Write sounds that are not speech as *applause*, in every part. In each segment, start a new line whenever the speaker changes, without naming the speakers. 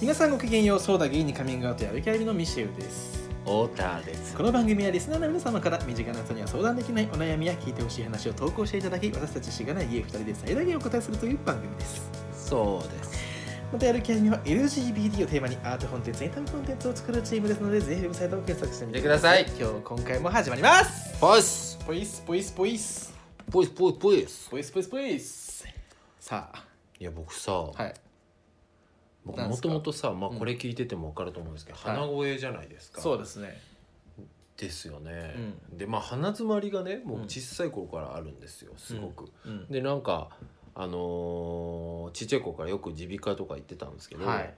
皆さんごきげんようソーダゲイにカミングアウトやる気ありのミシェウです
太田です
この番組はリスナーの皆様から身近な人には相談できないお悩みや聞いてほしい話を投稿していただき私たちしがないゲイ2人で最大限お答えするという番組です
そうです
またやる気ありみは LGBT をテーマにアートコンテンツエンタメコンテンツを作るチームですのでぜひウェブサイトを検索してみてください
見て
今日今回も始まります
ポイス
ポイスポイスポイス
ポイスポイスポイス
ポイスポイスポイスさあ
いや僕さ、
はい
僕
なん
も
すか
ともとさ、まあ、
うん
これ聞いてても分かると思うんですけど、
はい
鼻声じゃないですか
そうですね
ですよね、でまあ鼻づまりがねもう小さい頃からあるんですよすごく、
うん
でなんかあのーちっちゃい頃からよく耳鼻科とか行ってたんですけど、
はい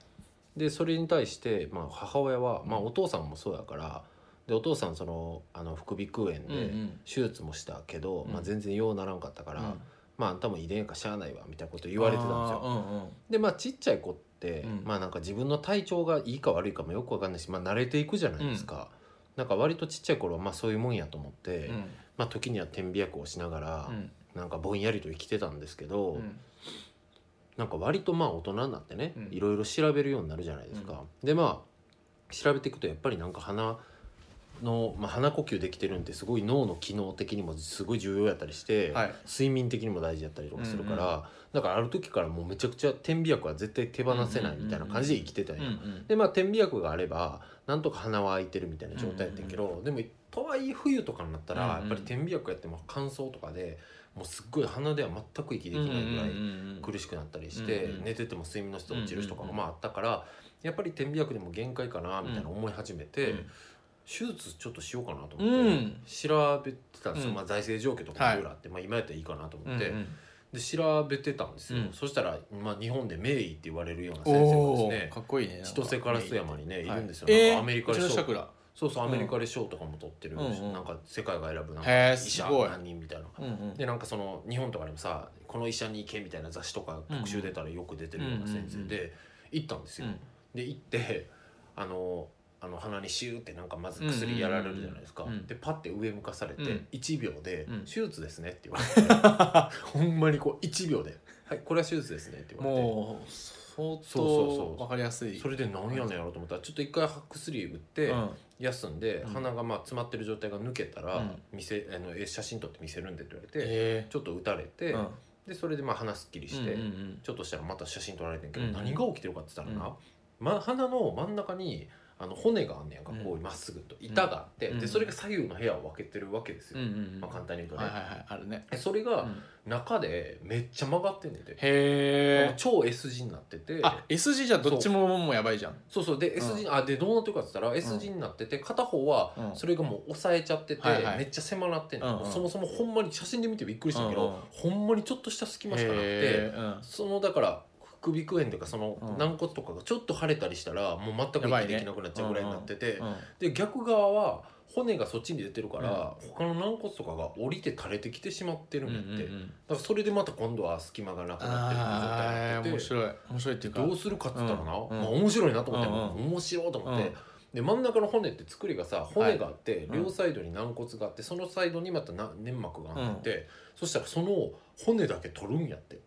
でそれに対して、まあ、母親は、まあ、お父さんもそうやからでお父さんそのあの副鼻腔炎
うんう
で
ん
手術もしたけど、
うん
まあ、全然ようならんかったから、
うん
まああんたも遺伝かしゃあないわみたいなこと言われてたんですよ。
よ
でまあちっちゃい子って、
うん
まあなんか自分の体調がいいか悪いかもよくわかんないし、まあ、慣れていくじゃないですか。なんか割とちっちゃい頃はまあそういうもんやと思って、
うん
まあ、時には点鼻薬をしながら、
うん
なんかぼんやりと生きてたんですけど、
うん
なんか割とまあ大人になってね、
うん
いろいろ調べるようになるじゃないですか。でまあ調べていくとやっぱりなんか鼻の、まあ、鼻呼吸できてるんってすごい脳の機能的にもすごい重要やったりして、
はい
睡眠的にも大事やったりとかするから、
うん
だからある時からもうめちゃくちゃ点鼻薬は絶対手放せないみたいな感じで生きてたん
う
や。
んうん
でまあ点鼻薬があればなんとか鼻は開いてるみたいな状態やったんやけど、でもとはいえ冬とかになったら
うんうん
やっぱり点鼻薬やっても乾燥とかでもうすっごい鼻では全く息できないぐらい苦しくなったりして、
うんうん
寝てても睡眠の質落ちる人とか
うん
も
うん
まああったから、やっぱり点鼻薬でも限界かなみたいな思い始めて、手術ちょっとしようかなと思って、
うん
調べてたんですよ、
うん
まあ、財政状況とかもいろいろあって、まあ、今やったらいいかなと思って、で調べてたんですよ、
うん
そしたら、まあ、日本で名医って言われるような
お
先生がです
お
ね
かっこいいね
千歳烏山にねいるんですよ、
はい
なんかアメリカで
えーうち
賞
のシャクラ
そうそう
う
ア
ん
メリカで賞とかも取ってる、
うんうん
なんか世界が選ぶなんか
へえ
医
す
者
ごい
何人みたいな
うんうん
でなんかその日本とかでもさこの医者に行けみたいな雑誌とか特集出たらよく出てるような先生で行ったんですよ。で行ってあのあの鼻にシューってなんかまず薬やられるじゃないですか、
うんうんうんうん
でパッて上向かされて
うん
1秒で
うん
「手術ですね」って言われて、
*laughs*
ほんまにこう1秒で「はいこれは手術ですね」って言われて。
もう
そ
相
うそうそ
当
う
わかりやすい
それでなんやねんやろうと思ったらちょっと一回薬打って
うん
休んで
うん
鼻がまあ詰まってる状態が抜けた
う
ら
ん
見せあのえ写真撮って見せるんでって言われて
え
ちょっと打たれ
え
て
うん
でそれでまあ鼻すっきりして
うんうん
ちょっとしたらまた写真撮られてんけど、
うん
何が起きてるかって言ったらな、ま、鼻の真ん中にあの骨があんねやんか
うん
こうまっすぐと板があって、
うん
でそれが左右の部屋を分けてるわけです
う
よ、
んうんうん
まあ、簡単に言うとね、
はいはいはいあるね
でそれ
う
が
ん
中でめっちゃ曲がってんねんて、あの
へえ
超 S 字になってて
あ S 字じゃどっちももうやばいじゃん
そうそうで S 字、あでどうなってるかって言ったら S 字になってて片方は
うん
それがもう抑えちゃってて、
はいはい
めっちゃ狭なってんの、
うんうん
そもそもほんまに写真で見てびっくりしたけ
うんうん
ど、ほんまにちょっとした隙間しかなくて。
へえうん
そのだから副鼻腔炎というかその
うん
軟骨とかがちょっと腫れたりしたらもう全く
やば
息
いね
できなくなっちゃうぐらいになってて
うん
で逆側は骨がそっちに出てるから他の軟骨とかが降りて垂れてきてしまってるんだってだからそれでまた今度は隙間がなくなっ
ああ
てる状態になって
面
て。
白い面白いっていうか
どうするかって言ったらな、
うんうん
まあ、面白いなと思って、
うんうん
面白いと思って、
うん
で真ん中の骨って作りがさ骨があって、
うん
両サイドに軟骨があってそのサイドにまたな粘膜があって、そしたらその骨だけ取るんやって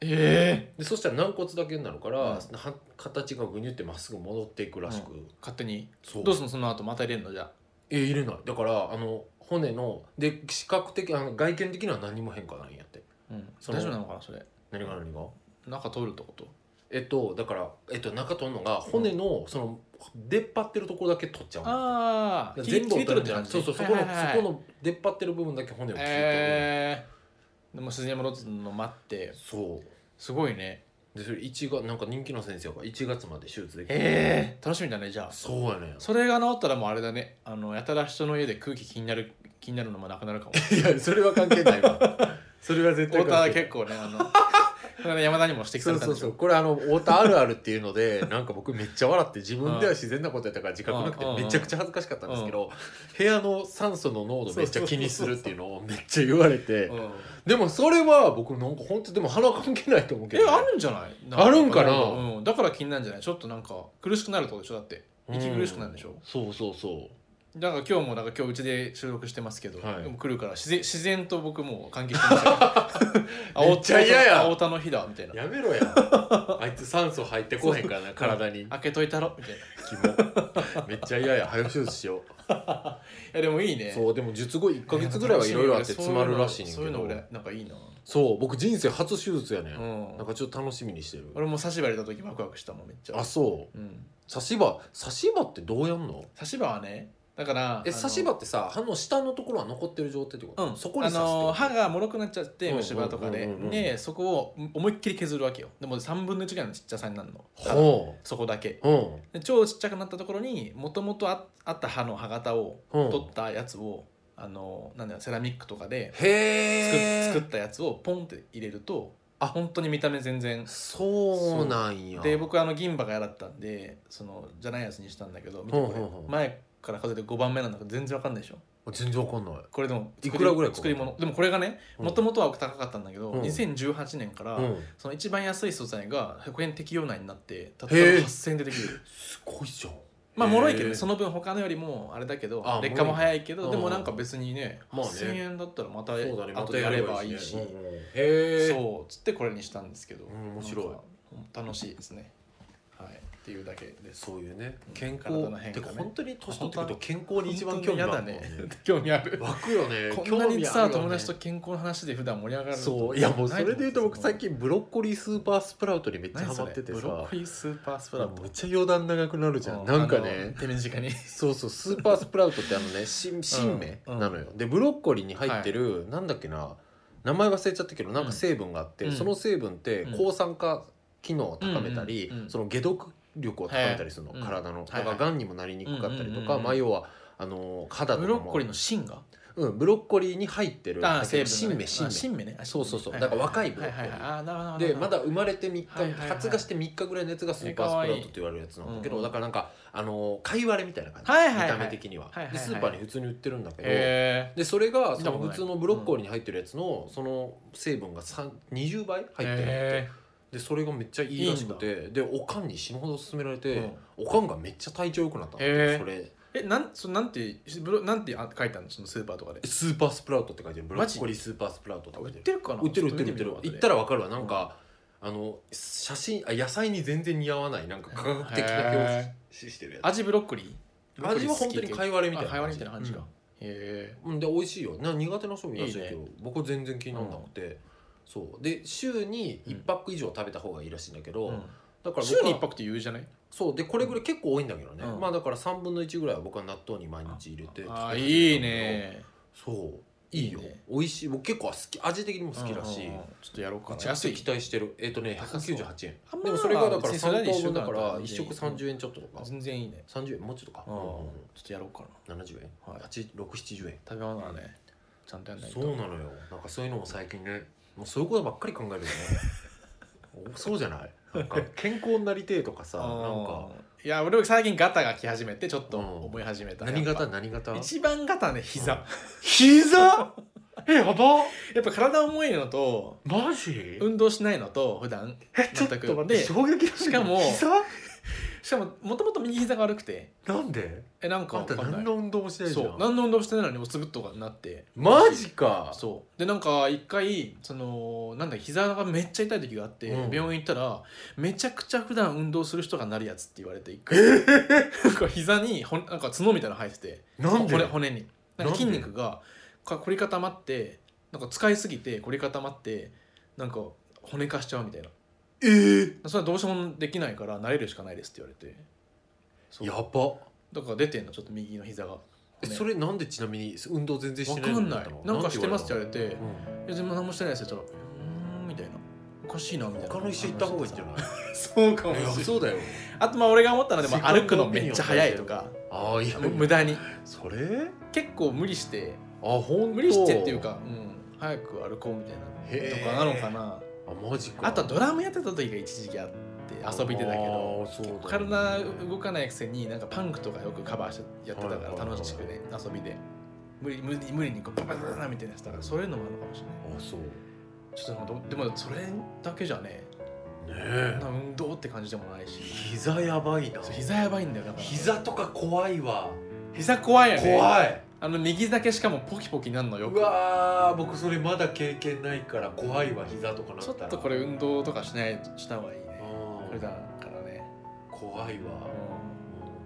ええ
でそしたら軟骨だけになるから、
うん
は形がぐにゅってまっすぐ戻っていくらしく、
勝手に
そう
どうすんのその後また入れんのじゃあ
え入れないだからあの骨ので視覚的あの外見的には何も変化ないんやって
うん
そ
大
の
丈夫なのかなそれ
何が何が
中通るってこと
えっとだから、えっと、中取るのが骨の、その出っ張ってるところだけ取っちゃうの
ああ
だから全部を取るんじゃなくてそうそうそこの、そこ
の
の出っ張ってる部分だけ骨を切り取る、
ええでも筋に戻すの待って
そ
すごいね
うでそれ1月なんか人気の先生が1月まで手術できて
ええ楽しみだねじゃあ
そうやねん
それが治ったらもうあれだねあのやたら人の家で空気気になる気になるのもなく
*laughs*
なるかも
いやそれは関係ない
*laughs*
わそれは絶対
太
関
田
係な
はい結構ね
*laughs*
あのこの間山田にも指摘さ
そ
れ
う
た
そ
ん
う
でし
そ
ょ
うこれあの太田あるあるっていうので *laughs* なんか僕めっちゃ笑って自分では自然なことやったから自覚なく
うんうんう
て
ん
めちゃくちゃ恥ずかしかったんですけど部屋の酸素の濃度めっちゃ気にするっていうのをめっちゃ言われて
うん
でもそれは僕なんか本当でも鼻関係ないと思うけ
え
ど
あるんじゃない
あるんかな
うん、だから気になるんじゃないちょっとなんか苦しくなるってことでしょだって息苦しくなるんでしょ、
うんそうそうそう
だから今日もなんか今日うちで収録してますけど、
はい
でも来るから自然自然と僕もう関係してました
*laughs* めっちゃ嫌や
青田の日だみたいな
やめろやあいつ酸素入ってこへんからな体 *laughs* に
開けといたろみたいない
キモめっちゃ嫌や早く手術しよ
やでもいいね
うそうでも術後1か月ぐらいはいろいろあって詰まるらしいねん
そう
け
いうの
ど
俺なんかいいな、
そう僕人生初手術やね
うんん
なんかちょっと楽しみにしてる
俺も差し歯入れた時ワクワクしたもんめっちゃ
あそう
うん
差し歯差し歯ってどうやんの
差し歯はねだから
え
あの
差し歯ってさ歯の下のところは残ってる状態ってこと、
うん、
そこに刺す
あ
ってこと
の歯がもろくなっちゃって
うん
虫歯とかで、
うんうんうんうん
でそこを思いっきり削るわけよでも3分の1ぐらいのちっちゃさになるの
ほ
そこだけ
ううん
で超ちっちゃくなったところにもともとああった歯の歯型を
うん
取ったやつを、あのなんだよセラミックとかで作,、
へえ
作ったやつをポンって入れると
あ
本当に見た目全然
そうなんや
で僕あの銀歯が嫌だったんでそのじゃないやつにしたんだけど見てこれ、
うんうんうん
前から数えて5番目なんだけど全然わかんないでしょ
全然わかんない
これでも
いくらぐらい
作り物でもこれがね
うん
もともとは高かったんだけど、
うん
2018年から、
うん
その一番安い素材が100円適用内になってたった
へえ
8000円でできる
すごいじゃん
まあもろいけど
へえ
ねその分他のよりもあれだけど
あ
劣化も早いけ
も
ど
ろい
で
ね
もなんか別にね,、
まあね
8000円だったらまた
そうだねま
後
た
でや
や
れ
れ
ば
ば
い
い
い
い
し、
し、へえ
そうつってこれにしたんですけど、
うん面白い
なんか楽しいですねはいっていうだけです
そういうね
うん
健康、
体の変
て
化ね
か本当に年取ってくると健康に一番興味
本
が
当
ある
に
もん
嫌だ
ね
ね *laughs* 興味あ
*laughs*
る
湧くよね
こん
興味
なにさ、
あるよね
友達と健康の話で普段盛り上がる
そういやもうそれで言うと僕最
近
近ブロッコリースーパースプラウトにめっちゃハ
何
マ
そ
っ
れ
てて
ブロ
さ
ッコリースーパースプラウト
めっちゃ余談長くなるじゃんなんかね
あの手
*laughs*
短に
そうそうスーパースプラウトってあのね
*laughs*
新新芽
うん
なのよ、でブロッコリーに入ってる、なんだっけな名前忘れちゃったけどなんか成分があって、
うん
その成分って
うん
抗酸化機能を高めたり、
うんうんうん
その解毒力を高めたりするの、
はいうん
体のだ
はい
か
は
ら
い
がんにもなりにくかったりと
うんうんうん
か、
うん
まあ、要はあの肌とか
ブ
も
ロッコリーの芯が
うん、ブロッコリーに入ってる
あー成分が
新
ね
芽新
あ
芽
新芽ねあ
そうそうそう
新
だ
芽
から若いブ
は
ロッ
い
コ
はい
リ
はい
ー
あーなるほどなるほ
で
ど
まだ生まれて3日、
はいはいはい
発芽して3日ぐらいのやつがスーパースプラウトって言われるやつなんだけど
えかわいい
だからなんかあの貝割れみたいな感じ、
はいはいはい
見た目的には,、
はいはいはい
でスーパーに普通に売ってるんだけど、
へ
でそれがそ
見た
の
こと
普
ない
通のブロッコリーに入ってるやつのその成分が3 20倍入ってるんだって
え
でそれがめっちゃいいらしくてでおかんに死ぬほど勧められて、おかんがめっちゃ体調良くなったんだって
へえ
それ
えなんそなんてブロなんてあ書いたのそのスーパーとかで
スーパースプラウトって書いてるブロ
マジ
ッコリースーパースプラウトって書
売
い
って
る
てるかな
売ってる売ってる売ってる行った
ら
ら分かるわなんか、あの写真あ野菜に全然似合わないなんか科学的な表紙してるやつ
味ブロッコリー
味は本当に貝割れみたいな
会話みたいな感じか、へえ
うんで美味しいよな苦手な人もいらっしゃるけど
い
僕は全然気にならなくて、そうで週に1パック以上食べた方がいいらしいんだけど、だから僕は
週に一泊って言うじゃない
そうでこれぐらい結構多いんだけどね、
うん
まあだから3分の1ぐらいは僕は納豆に毎日入れて食べて
あ
るんだけど
いいね
そういいよ
いいね
美味しい僕結構好き味的にも好きだし、
うんうんうんちょっとやろうか
め
な
ちゃくちゃ期待してるえっ、とね
高そう
198円
あんま
でもそれがだか
別
ら
にそれ
3
で一
等
緒
分
だ
だ
か
からら1食30円ちょっととか
全然いいね
30円もうちょっとか、
うん
うん
ちょっとやろうかな
うん70円、
はい
8 6 7円
食べ物はねちゃんとやんないと
そうなのよなんかそういうのも最近ねもうそういうことばっかり考えるよね
*laughs*
おそうじゃないなんか健康になりてえとかさ
あ
なん
ー
か
いや俺最近ガタが来始めてちょっと
うん
思い始めた、
何型
やっ
何型
ぱ一番ガタね膝、
うん
膝
えやば
やっぱ体重いのと
マジ
運動しないのと普段
えちょっ
全
と
く
待って
で
衝撃だね
しかも
膝
しかももともと右膝が悪くて
なんで
えなんか
あん
わか
た
んな
何
い
の運動もしてないじ
そ
ゃ
うん何の運動もしてないのにおつぶっとかになって
マジか
そうでなんか一回そのなんだ膝がめっちゃ痛い時があって、
うん
病院行ったらめちゃくちゃ普段運動する人がなるやつって言
*laughs*
われて一回、なんか膝にほんなんか角みたいなの生えてて
なんで
骨骨にな
なん
んか
で
筋肉がか凝り固まってなんか使いすぎて凝り固まってなんか骨化しちゃうみたいな
えー
それはどうしようもできないから慣れるしかないですって言われてそう
やば
だから出てんのちょっと右の膝が
え
ね
それなんでちなみに運動全然し
わ
てな
か
い
ん
に
な
った
いなんかしてますって言われ
て
て、
言わ
いや全然何もしてないですよ言ったら「うーん」みたいな「おかしいな」み
れ
たい
た
な
の他の医者行った方がいいんじゃない
*laughs* そうかも
いや
しれ
そうだよ
ないあとまあ俺が思ったのはでも
セカンド
歩くのめっちゃ早いとか
ああいや
む無駄に
それ
結構無理して
あほんと
無理してっていうか、うん、早く歩こうみたい
へ
な
ー
とかなのかな
あマジか
あとはドラムやってた時が一時期あって遊びでだけど
あーそうだね
体動かないくせになんかパンクとかよくカバーしてやってたか
はいは
ら
いはい
楽しくね遊びで無理無理無理にこうパパパパパみたいなやつだからそういうのもあるのかもしれない
あそうね
ちょっとでもどでもそれだけじゃね
え
なんか運動って感じでもないし
膝やばいな
そう膝やばいんだよだから
膝とか怖いわ
膝怖いよね
怖い
あの右だけしかもポキポキなんのよ
う
く
わー僕それまだ経験ないから怖いわ膝とかなった
ちょ
ら
っとこれ運動とかしないした方がいい
あ
ね
ー
普段からね
怖いわ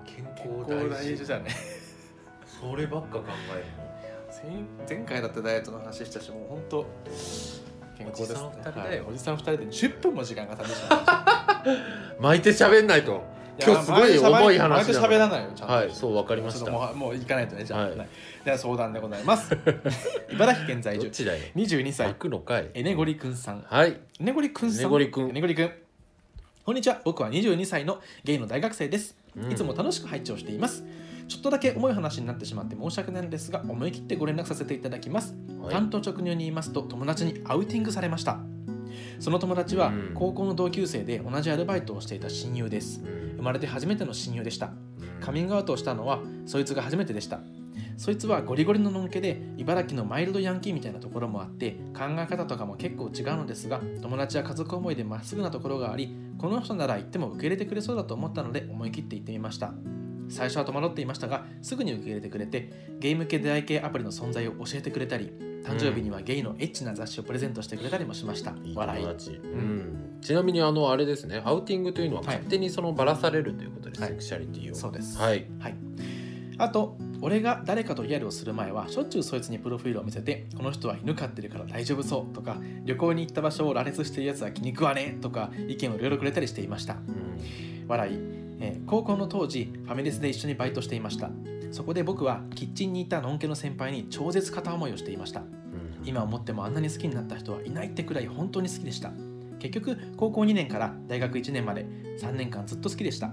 健
健
康
康
大
大
事
事だね
そればっか考え
前前回だってダイエットの話したしもう本当健康です
おじ
ね
さん二人
は
だよ
いおじさん二人で10分も時間が経ってしまう
るの巻いて喋んないと *laughs* 今日すごい重い話
毎
な
喋
の
らないよちゃんと
はいそうわかりまし
ちょ
た
っともうもう行かないとねじゃあ、
はい
はいでは相談でございます
*laughs*
茨城県在
どっ
住
ちだよ
22歳
巻くのかい
えねごりくんさん
はい
えねごりくんさん
えねごりくん
えねごりくんこんにちは僕は22歳のゲイの大学生です
うん
いつも楽しく拝聴しています、ちょっとだけ重い話になってしまって申し訳ないのですが思い切ってご連絡させていただきます
はい
単刀直入に言いますと友達にアウティングされましたその友達
う
は
ん
高校の同級生で同じアルバイトをしていた親友です
うん
生まれて初めての親友でした
うん
カミングアウトをしたのはそいつが初めてでしたそいつはゴリゴリののんけで茨城のマイルドヤンキーみたいなところもあって考え方とかも結構違うのですが友達や家族思いでまっすぐなところがありこの人なら行っても受け入れてくれそうだと思ったので思い切って行ってみました最初は戸惑っていましたがすぐに受け入れてくれてゲーム系出会い系アプリの存在を教えてくれたり誕生日にはゲイのエッチな雑誌をプレゼントしてくれたりもしました
いい
笑い
友達、うん、ちなみにあのあれですねアウティングというのは
はい
勝手にそのバラされるということです、
はい
セクシャリティを
そうです
はい
はい、あと俺が誰かとリアルをする前はしょっちゅうそいつにプロフィールを見せてこの人は犬飼ってるから大丈夫そうとか旅行に行った場所を羅列してるやつは気に食わねえとか意見をいろいろくれたりしていました
うん
笑い、えー高校の当時ファミレスで一緒にバイトしていましたそこで僕はキッチンにいたのんけの先輩に超絶片思いをしていました
うん
今思ってもあんなに好きになった人はいないってくらい本当に好きでした結局高校2年から大学1年まで3年間ずっと好きでした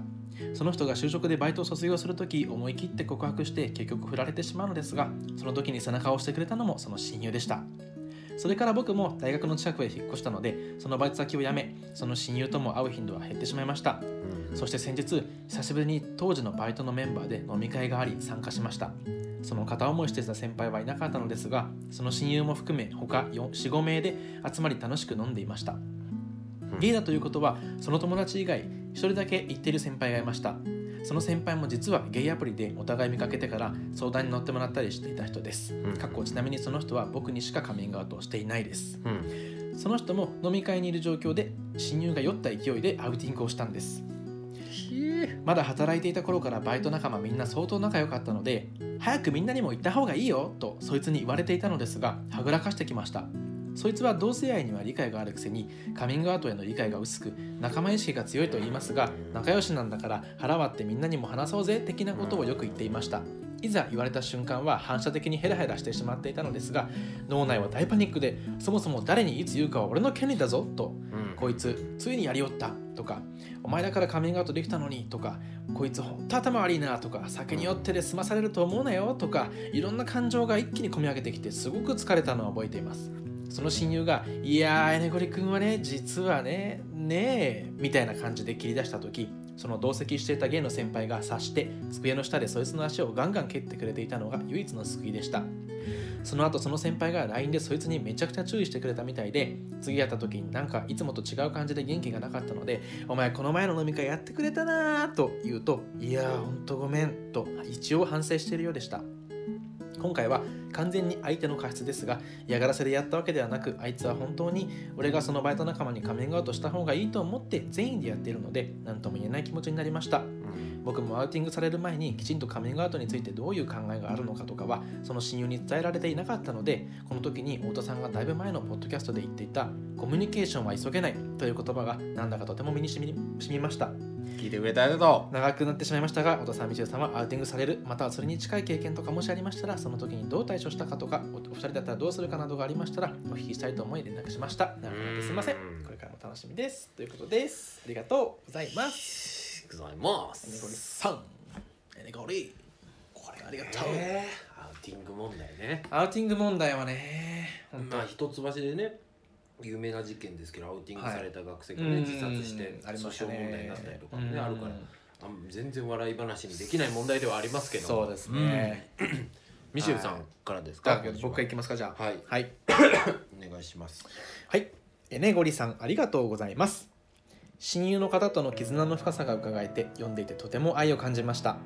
その人が就職でバイトを卒業する時思い切って告白して結局振られてしまうのですがその時に背中を押してくれたのもその親友でしたそれから僕も大学の近くへ引っ越したのでそのバイト先を辞めその親友とも会う頻度は減ってしまいました
うん
そして先日久しぶりに当時のバイトのメンバーで飲み会があり参加しましたその片思いしてた先輩はいなかったのですがその親友も含め他45名で集まり楽しく飲んでいました
ん
ゲイだということはその友達以外1人だけ行っている先輩がいましたその先輩も実はゲイアプリでお互い見かけてから相談に乗ってもらったりしていた人です
うん
かっこちなみにその人は僕にしかカミングアウトをしていないです
うん
その人も飲み会にいる状況で親友が酔った勢いでアウティングをしたんですまだ働いていた頃からバイト仲間みんな相当仲良かったので早くみんなにも行った方がいいよとそいつに言われていたのですがはぐらかしてきましたそいつは同性愛には理解があるくせにカミングアウトへの理解が薄く仲間意識が強いと言いますが仲良しなんだから腹割ってみんなにも話そうぜ的なことをよく言っていましたいざ言われた瞬間は反射的にヘラヘラしてしまっていたのですが脳内は大パニックでそもそも誰にいつ言うかは俺の権利だぞと
うん
こいつついにやりおったとかお前だからカミングアウトできたのにとかこいつほんと頭悪いなとか酒に酔ってで済まされると思うなよとかいろんな感情が一気に込み上げてきてすごく疲れたのを覚えていますその親友が「いやーえねごりくんはね実はねねえ」みたいな感じで切り出した時その同席していた芸の先輩が察して机の下でそいつの足をガンガン蹴ってくれていたのが唯一の救いでしたその後その先輩が LINE でそいつにめちゃくちゃ注意してくれたみたいで次会った時になんかいつもと違う感じで元気がなかったので「お前この前の飲み会やってくれたなー」と言うと「いやーほんとごめん」と一応反省しているようでした今回は完全に相手の過失ですが嫌がらせでやったわけではなくあいつは本当に俺がそのバイト仲間にカミングアウトした方がいいと思って善意でやっているので何とも言えない気持ちになりました
うん
僕もアウティングされる前にきちんとカミングアウトについてどういう考えがあるのかとかはその親友に伝えられていなかったのでこの時に太田さんがだいぶ前のポッドキャストで言っていた「コミュニケーションは急げない」という言葉がなんだかとても身にしみしみました
聞いてくれてありがと
長くなってしまいましたが太田さんみちるさんはアウティングされるまたはそれに近い経験とかもしありましたらその時にどう対処したかとかおお二人だったらどうするかなどがありましたらお聞きしたいと思い連絡しました長くなってすいません
うん
これからも楽しみですということですありがとうございます
うございま
エネゴリ
す
さんエネゴリこれありがとう、
えーアウティング問題ね
アウティング問題はね本当
まあ一橋でね有名な事件ですけどアウティングされた学生がね、
うん
自殺して
ありました
訴訟
ね
問題になったりとかね、
うん
あるからあ全然笑い話にできない問題ではありますけど
そうですね、
ミシェルさんからですか
だけど僕が行きますかじゃあ
はい
はい、
お願いします
はい、エネゴリさんありがとうございます親友の方との絆の深さが伺えて読んでいてとても愛を感じました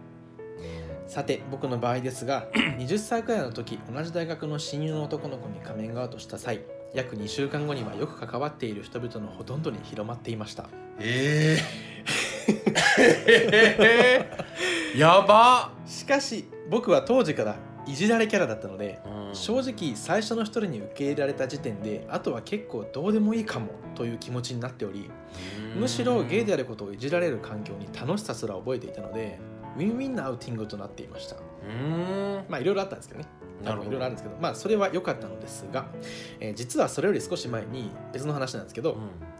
さて僕の場合ですが20歳くらいの時同じ大学の親友の男の子に仮面がアウトした際約2週間後にはよく関わっている人々のほとんどに広まっていました
ええ *laughs* やば
しかし僕は当時からいじられキャラだったので
うん
正直最初の一人に受け入れられた時点であとは結構どうでもいいかもという気持ちになっておりむしろゲイであることをいじられる環境に楽しさすら覚えていたのでウィンウィンなアウティングとなっていました
うん
まあいろいろあったんですけどね
なるほ
いろいろあ
ど
るんですけどまあそれは良かったのですが、えー実はそれより少し前に別の話なんですけど、
う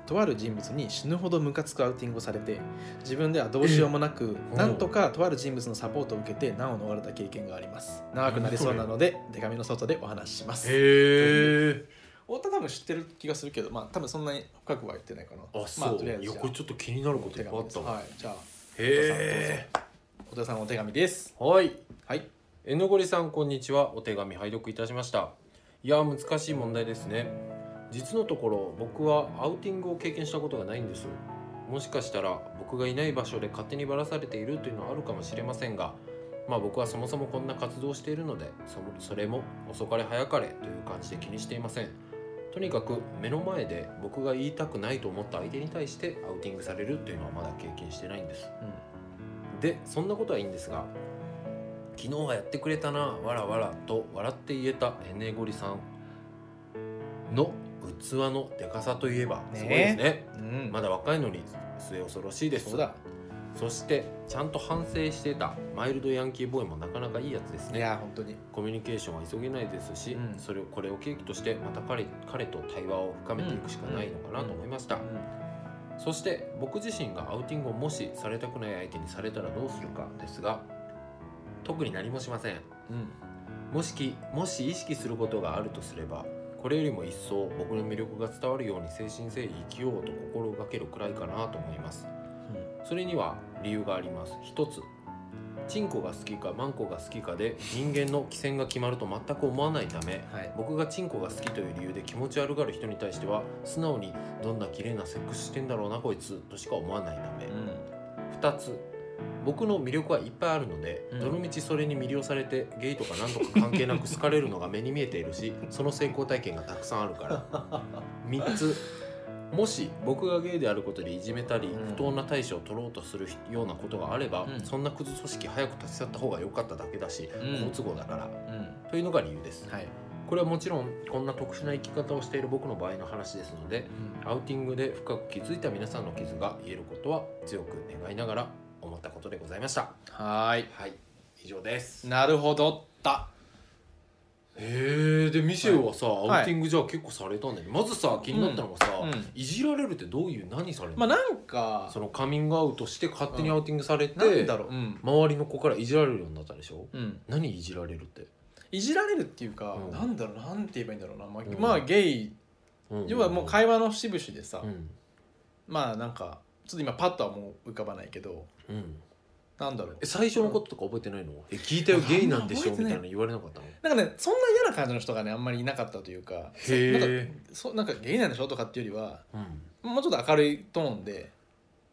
とある人物に死ぬほどムカつくアウティングをされて自分ではどうしようもなく
え
なんとかとある人物のサポートを受けて難を逃れた経験があります長くなりそうなので手紙の外でお話しします
へえ
太田多分知ってる気がするけどまあ多分そんなに深くは言ってないかな
あそう、
まあ、とりあえず
い
じ
や
ゃあ
これちょっと気になることいっぱいあったわ、
はいじゃあ
へえ
太田さんのお手紙です
はい
はい
えのごりさんこんにちはお手紙拝読いたしましたいやー難しい問題ですね実のところ僕はアウティングを経験したことがないんですもしかしたら僕がいない場所で勝手にばらされているというのはあるかもしれませんがまあ僕はそもそもこんな活動をしているのでそもそれも遅かれ早かれという感じで気にしていませんとにかく目の前で僕が言いたくないと思った相手に対してアウティングされるというのはまだ経験してないんですでそんなことはいいんですが昨日はやってくれたなわらわらと笑って言えたエネゴリさんの器のでかさといえば
ねえ
すごいですね
うん、
まだ若いのに末恐ろしいです
そうだ
そしてちゃんと反省してたマイルドヤンキーボーイもなかなかいいやつです
い
ね
や本当に
コミュニケーションは急げないですし、
うん
それをこれを契機としてまた彼彼と対話を深めていくしかないのかなと思いました、そして僕自身がアウティングをもしされたくない相手にされたらどうするかですが特に何もしません
うん、うん
もしきもし意識することがあるとすればこれよりも一層僕の魅力が伝わるように精神性生きようと心がけるくらいかなと思いますそれには理由があります一つチンコが好きかマンコが好きかで人間の起点が決まると全く思わないため
はい
僕がチンコが好きという理由で気持ち悪がる人に対しては素直にどんな綺麗なセックスしてんだろうなこいつとしか思わないため
うん
2つ僕の魅力はいっぱいあるので、
うん
どのみちそれに魅了されてゲイとか何とか関係なく好かれるのが目に見えているしその成功体験がたくさんあるから3つもし僕がゲイであることでいじめたり、
うん
不当な対処を取ろうとするようなことがあれば、
うん
そんなクズ組織早く立ち去った方が良かっただけだし、
うん
好都合だから
うん
というのが理由です、
はい、
これはもちろんこんな特殊な生き方をしている僕の場合の話ですのでアウティングで深く気づいた皆さんの傷が癒えることは強く願いながら思ったことでございました
はーい
はい以上です
なるほどだ
へえでミシェルはさ、
い
アウティングじゃあ結構されたんだよねまずさ気になったのがさ、
うんうん
いじられるってどういう何されるの、
まあなんか
そのカミングアウトして勝手にアウティングされて、
なんだろう、うん
周りの子からいじられるようになったでしょ
うん、
何いじられるって、
いじられるっていうか、
うん
なんだろうなんて言えばいいんだろうな、まあ
うん
まあゲイ
うん
要はもう会話の節々でさ、
うん
まあなんかちょっと今パッとはもう浮かばないけど
うん
なんだろう
え最初のこととか覚えてないのえ聞いたよゲイなんでしょ
あんま覚え
みた
てない
いなの言われなかったの
なんかねそんな嫌な感じの人がねあんまりいなかったというかなん
へ
か
え
そなんかゲイなんでしょとかっていうよりは
うん
もうちょっと明るいトーンで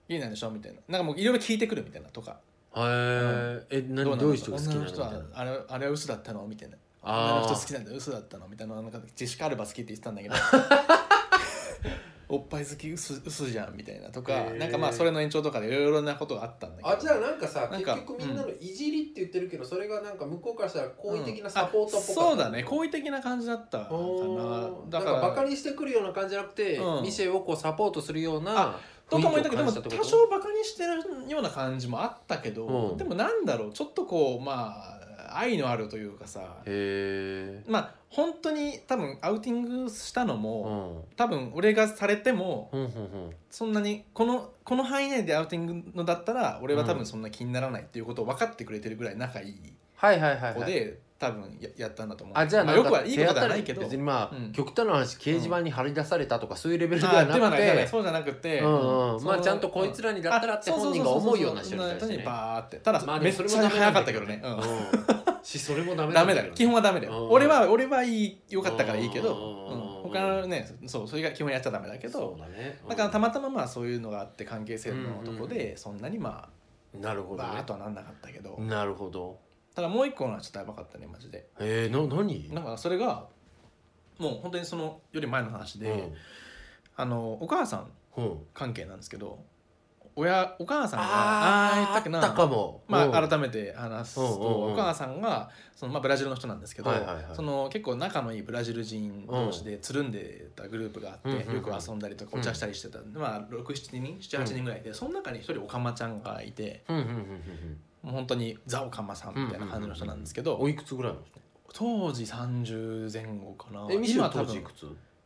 ゲイなんでしょみたいななんかもういろいろ聞いてくるみたいなとか
へえ、え、な
な
に
の
どういう人が好きなの
女
み
の
たい
人は
な。
あれあれは嘘だったのみたいな女の
あ
人好
ー
きなんだ嘘だったのみたいななんかジェシカ・アルバ好きって言ってたんだ *laughs* けどおっぱい好き嘘嘘じゃんみたいなとか、
へー
なんかまあそれの延長とかでいろいろなことがあったんだけど
あ、じゃあなんかさ
なんか
結局みんなのいじりって言ってるけど、それがなんか向こうからしたら好意的なサ
あ
ポートっぽかった
そうだね好意的な感じだったか
おー
な
な
だ
ん
か
からバカにしてくるような感じじゃなくて、
うん
ミシェをこうサポートするような
あとかもいたけどでも多
少
少バカにしてるような感じもあったけど、
うん
でもなんだろうちょっとこうまあ愛のあるというかさ
へえ、
まあ本当に多分アウティングしたの
うん、
も、
ほ
多分俺がされても
んほんほん
そんなにこのこの範囲内でアウティングのだったら俺は多
う
分
ん
そんな気にならないっていうことを分かってくれてるぐらい仲いい
はいはいはい
子
はい
で多分ややったんだと思う
あじゃあ
ま
な
あ
ん
よ
か
くはいいことではないけど
別にまあ、
うん
極端な話掲示板に張り出されたとかそういうレベルで
あ
は
で
な
は
く
ないではない
て、
そうじゃなくて
うんうん、
そ
ま
の
あちゃんとこいつらにだったらって本人が思うような人に
あ
対
そ
し
うそうそうそうそんな人
て、
に
ね、
バーってただ
まあで
めっ
もそれ
ち
も
ゃ
ダメ
早かったけどねうん
うんしそれもダメ
ダメだよ基本はダメだ
う
よ
ん
俺は俺はいい良かったからいいけど
うん
うん他のねそうそれが基本やっちゃダメだけ
そ
ど
うだね
だからた
ま
またままあそういうのがあって関係性のとこでそんなにまあ
なるほど
バー
ね
っとはなんなかったけど
なるほど
ただもう一個のはちょっとやばかったねマジで
えー、な何
なんかそれがもう本当にそのより前の話で、
うん
あのお母さん
うん、
関係なんですけど親お母さんが
あ
ああ
ー
言ったっけな
あったかも
ま
うん
あ、改めて話すと
うんうんうん
お母さんがその、まあ、ブラジルの人なんですけど、
はいはいはい
その結構仲のいいブラジル人同士でつるんでたグループがあって、
うんうんうん
よく遊んだりとか
うん
お茶したりしてた、まあ、67人78人ぐらいで、その中に一人おかまちゃんがいて
うんうんうんうんうん
もう本当にザ・おかまさんみたいな感じの人なんですけど、
おいくつぐらいの人
当時30前後かな
えミシェル
今多
当時い
分
くつ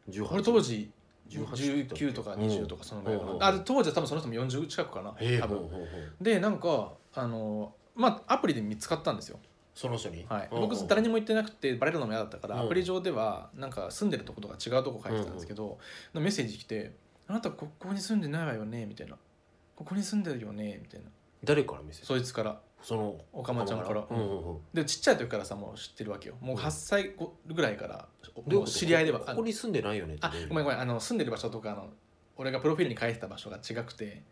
?18
俺当時
18
19とか20とかそのぐらいか
うん
なあで当時は多分その人も40近くかな
ええ
多
ほう
分
ほうほう
でなんかあのまあアプリで見つかったんですよ、
その人に、
はい、
うんうん
僕誰にも言ってなくてバレるのも嫌だったから
うん
アプリ上ではなんか住んでるとことか違うとこ書いてたんですけどのメッセージ来て「あなたここに住んでないわよね」みたいな「ここに住んでるよね」みたいな
誰から見せ
そいつから
その
おかまちゃんから
うんうんうん
でちっちゃい時からさもう知ってるわけよもう8歳ぐらいから
どうう
もう
こと
知り合いでは
ここに住んでないよねって
あごめんごめんあの住んでる場所とかあの俺がプロフィールに書いてた場所が違くて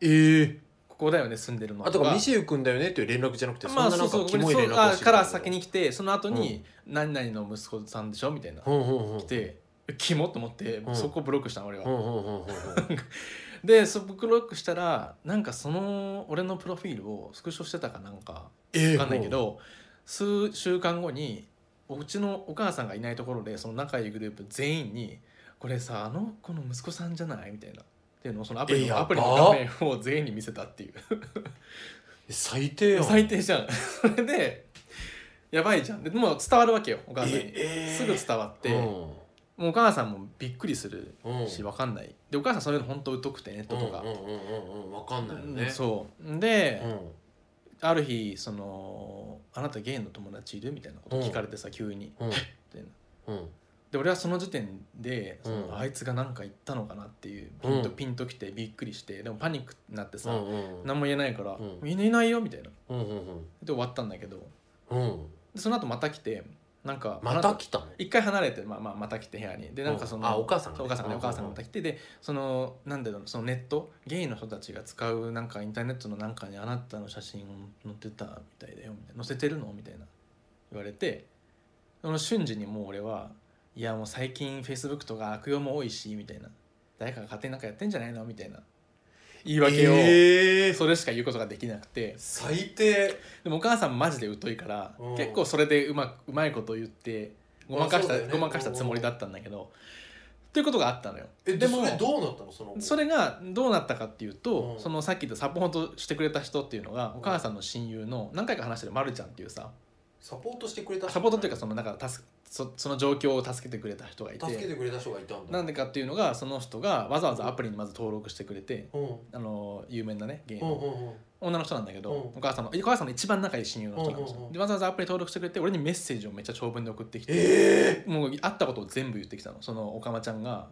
ええ
ここだよね住んでるの
あとかミシェル君だよねっていう連絡じゃなくて、
まあ
そんなな
そうん
か
そう
キモい連
ごめ
絡を
んそうあ
して
から先に来てその後に何々の息子さんでしょみたいな
ほうほうほう
来てえキモと思って
ん
そこブロックしたの俺
ほう
が
ほうほうほう
でそこブロックしたらなんかその俺のプロフィールをスクショしてたかなんか
ええ
わかんないけど数週間後にうちのお母さんがいないところでその仲いいグループ全員に「これさあの子の息子さんじゃない?」みたいなっていうのをそのアプ
え
リ
や
の
ば
アプリの画面を全員に見せたっていう
最低やん
最低じゃん *laughs* それでやばいじゃんでもう伝わるわけよお母さんに、
ええ
すぐ伝わって、
うん
もうお母さんもびっくりする
うん
し分かんないでお母さんそういうの本当疎くてネットとか
うん、うんうんうんうんわかんないよ
う
ね
んそうで、
うん
ある日その「あなたゲイの友達いる?」みたいなこと聞かれてさ、急に
うん
みたいな
うん
で俺はその時点でその、
うん
あいつが何か言ったのかなっていうピンと、
うん
ピンときてびっくりしてでもパニックになってさ、
うんうん
何も言えないから「
うん
いないいないよ」みたいな
うんうん
で終わったんだけど
うんうん
でその後また来てなんか
また来たの
一回離れて、まあ、まあまた来て部屋にでなんかその、
うんあお母さんがね
そうお母さんがね
うん
お母さんがまた来てでそのなんだろうそのネットゲイの人たちが使うなんかインターネットのなんかにあなたの写真を載ってたみたいだよみたいな載せてるのみたいな言われてその瞬時にもう俺はいやもう最近フェイスブックとか悪用も多いしみたいな誰かが勝手になんかやってんじゃないのみたいな言い訳を、
ええ
それしか言うことができなくて
最低
でもお母さんマジで疎いから
うん
結構それでうまくうまいこと言ってごまかし
まあそう
た、
だよね
ごまかしたつもりだったんだけどということがあったのよ
えで
で
も
も
それどうなったのその
それがどうなったかっていうと、
うん
そのさっき言ったサポートしてくれた人っていうのが
うん
お母さんの親友の何回か話してるまるちゃんっていうさ
サポートしてくれた人
サポートっていうかそのなんか助けそその状況を助けてくれた人がいて
助けてくれた人がいたんだ
なんでかっていうのがその人がわざわざアプリにまず登録してくれて、
うん
あの有名なね芸
うん
能
うんうん
女の人なんだけど、
うん
お母さんのお母さんの一番仲いい親友の人なんです
うん
よ、
うんうん
でわざわざアプリ登録してくれて俺にメッセージをめっちゃ長文で送ってきて、
ええ
もう会ったことを全部言ってきたのそのおかまちゃんが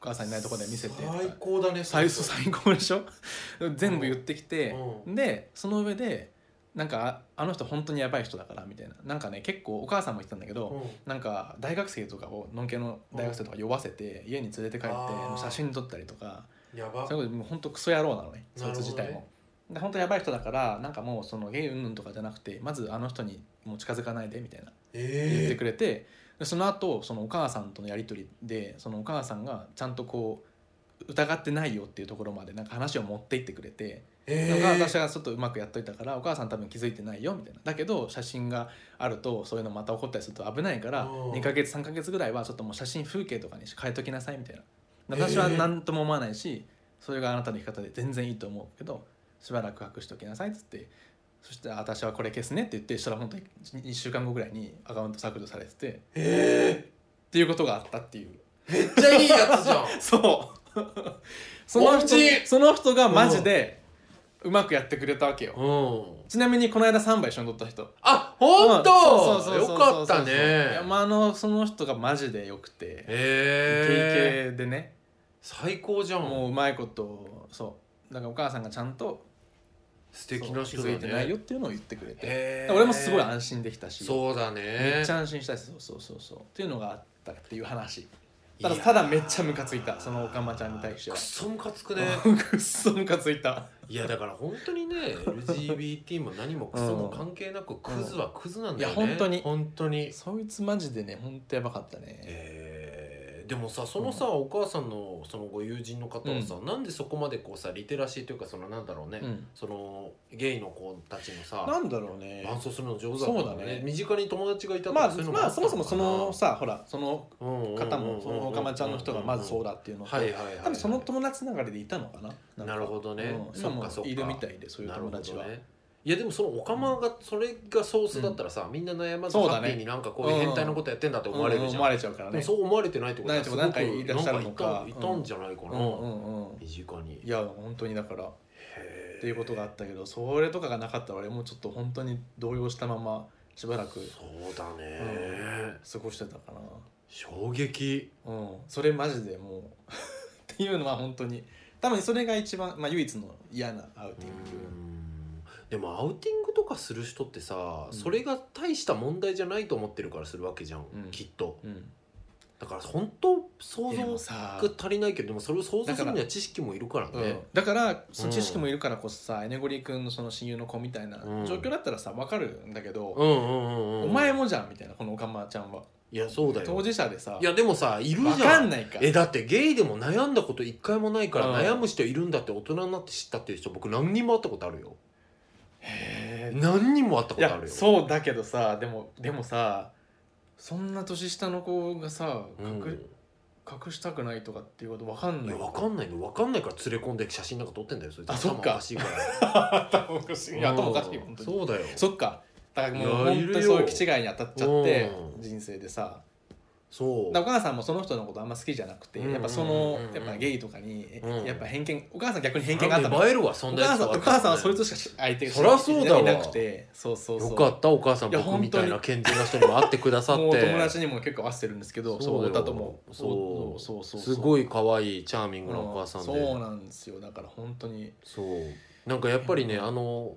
お母さんいないところで見せてとか
最高だね
最初最高でしょ *laughs* 全部言ってきて、
う
でその上でなんかああの人本当にやばい人だからみたいななんかね結構お母さんも言ってたんだけど、
うん
なんか大学生とかをのんけの大学生とか呼ばせて家に連れて帰って
あー
写真撮ったりとか
やば
そういうこともう本当クソ野郎なのね
な
そ
る
い
ほ
つ
どね
自体も。で本当やばい人だからなんかもうそのゲイ云々とかじゃなくてまずあの人にもう近づかないでみたいな言って
え
くれて、でその後そのお母さんとのやり取りでそのお母さんがちゃんとこう疑ってないよっていうところまでなんか話を持っていってくれて、
ええ
でお母
え
私がちょっとうまくやっといたからお母さん多分気づいてないよみたいなだけど写真があるとそういうのまた起こったりすると危ないか
う
ら
ん
2ヶ月3ヶ月ぐらいはちょっともう写真風景とかに変えときなさいみたいな
えー
私は何とも思わないし、それがあなたの生き方で全然いいと思うけどしばらく隠しときなさいっつってそしてあ私はこれ消すねって言ってしたら本当に1週間後ぐらいにアカウント削除されててっ
え
ていうことがあったっていう
えめっちゃいいやつじゃん
*laughs* そうその人
本気
その人がマジでうまくやってくれたわけよ
うん
ちなみにこの間3杯一緒に撮った人
あ本当、
うんそうそうそうそう
よかったね
いやまああのその人がマジでよくて
ええ
経験でね
最高じゃん
もううまいことそうだからお母さんがちゃんと
素
そう
敵な
気
人だね
づいてないよっていうのを言ってくれて
へえ
俺もすごい安心できたし
そうだ
め
ね
っちゃ安心したしそうそうそうそうっていうのがあったっていう話ただ
いや
ただめっちゃムカついたそのおかまちゃんに対しては
くそムカつくね
*laughs* くっそムカついた
いやだから本当にね LGBT も何もクソも関係なくクズはクズなんだよね、
いや本当に
本当に
そいつマジでねほんとやばかったね
えーでもさそのさ、お母さんのそのご友人の方はさ、なんでそこまでこうさリテラシーというかそのなんだろうね、
うん
そのゲイの子たちの
な
さ
んだろうね
伴奏するの上手だったんだ
そうだね
ね身近に友達がいたとか
まあ
ういうの
まあ
っ
そ
た
も
のか
そもそのさほらその
うんうんうんうん
方もそのおかまちゃんの人がまずそう
だ
だっていうのと
はいはいはい
多分その友達流れでいたのかななんか
なるほどね、
うん
そ
今
っかそっ
も
か
いるみたいでそういう
なるほ
友
ど
達は、
ねいやでもそのおかまがそれがソースだったらさ、みんな悩まずハ
そうだ
ッ
ね
ピーになんかこういう変態のことやってんだって思われる
うん
じゃ
思
ん、
われちゃうから
でも
ね
そう思われてないってことは
ない
す
と
ご
こ
く
なんかいらっしゃるのか
なんいたいたんじゃないかな、
うんうんうん
身近に
いや本当にだから
へー
っていうことがあったけどそれとかがなかったら俺もうちょっと本当に動揺したまましばらく
そうだね、
過ごしてたか
衝撃
なうんそれマジでもう *laughs* っていうのは本当に多分それが一番、まあ、唯一の嫌なアウティン
うんでもアウティングとかする人ってさ、
うん
それが大した問題じゃないと思ってるからするわけじゃん、
うん
きっと
グ
だから本当想
でも
像
さ
が足りないけどでもそれを想像するには知識もいるからね、
うん、だからその知識もいるからこそさ、エネゴリ君のその親友の子みたいな
うん
状況だったらさ分かるんだけど、
うんうんうんうん、
お前もじゃんみたいなこのオカマちゃんは、
いやそうだ
当
よ
事者でさ
いやでもさいる
分
じゃ
か
ん
んないから
えだってゲイでも悩んだこと一回もないか
うん
ら悩む人いるんだって大人になって知ったっていう人僕何人も会ったことあるよ
へー
何人も会ったこ
い
とあ
や
るよ
そうだけどさでもでもさそんな年下の子がさ
う
隠,、
ん、
隠したくないとかっていうこと分かん
い
な
や
い
分かんないの分かんないから連れ込んで写真なんか撮ってんだよそれ
あそっか
頭おしいから
頭おかしいいや頭おかしいよ
うん
本当に
そうだよ
そっかだからもう
いやい
本
るよ
当にそういう気違いに当たっちゃって
うん
人生でさ
そう
だからお母さんもその人のことあんま好きじゃなくて
うん
やっぱその
うん
やっぱゲイとかに
うん
やっぱ偏見お母さん逆に偏見があったの
なんで映えるわそ
お
んなや
母
つと
さんお
会った
母さんはそ
ね
いつしか相手が
そりゃそうだわ
いなくてそうそうそう
よかったお母さん
いや
僕みたい
本
な健全な人にも会ってくださって
もう友達にも結構合わせてるんですけど
そう
そう
よ
だとも
そう
そうそう
す
そう
ごい可愛いチャーミングなお母さんで、
そうなんですよだから本当に
そうなんかやっぱりねあの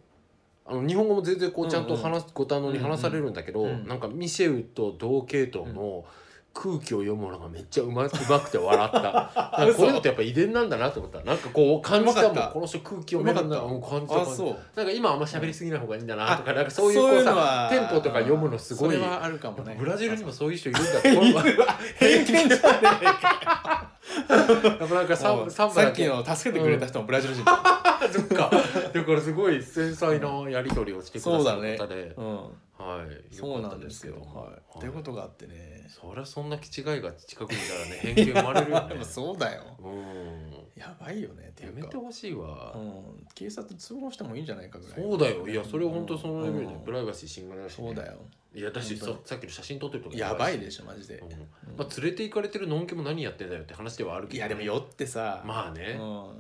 あの日本語も全然こうちゃんと話すご堪能に話されるんだけど、
うんうん
なんかミシェウと同系統の空気を読むのがめっちゃうまうまくて笑 *laughs* ったなんかこういうのってやっぱ遺伝なんだなと思ったなんかこう感じた
うま
も
か
ん
った
この人空気読めるんだ
う
うん感じた
あ
感じ
そう
なんか今あんま喋りすぎない方がいいんだ
あ
なとかなんかそういうこうさ
は
テンポとか読むのすごい
それはあるかもね
ブラジルにもそういう人いるんだっ
い
て
る
やっ
*laughs* 偏見じゃねえか
ぱ *laughs* なんか *laughs* サンサンバ
さ
だ
っき
け
の助けてくれた人もブラジル人
*laughs* そっかだからすごい繊細なやり取りをしてくださる
そ
方で、
うん
はい
そうなんですけ
よ
ど
かった
はいっていうことがあっ
*laughs*
てね
そりゃそんな気違いが近くにいたらね偏見生まれるよ
で
ね
も *laughs* そうだよ
うん
やばいよねってい
や
うか
めてほしいわ、
うん警察通報してもいいんじゃないかぐらい
そうだよいやそれ本当そのレベルで
うん
プライバシー侵害だし、ね
そうだよ
いやだし
本当に
そさっきの写真撮ってるとこ
やばい
し
でしょマジで
うんまあ、連れて行かれてるのんきも何やってんだよって話ではあるけど
いやでも酔ってさ
まあね、
うん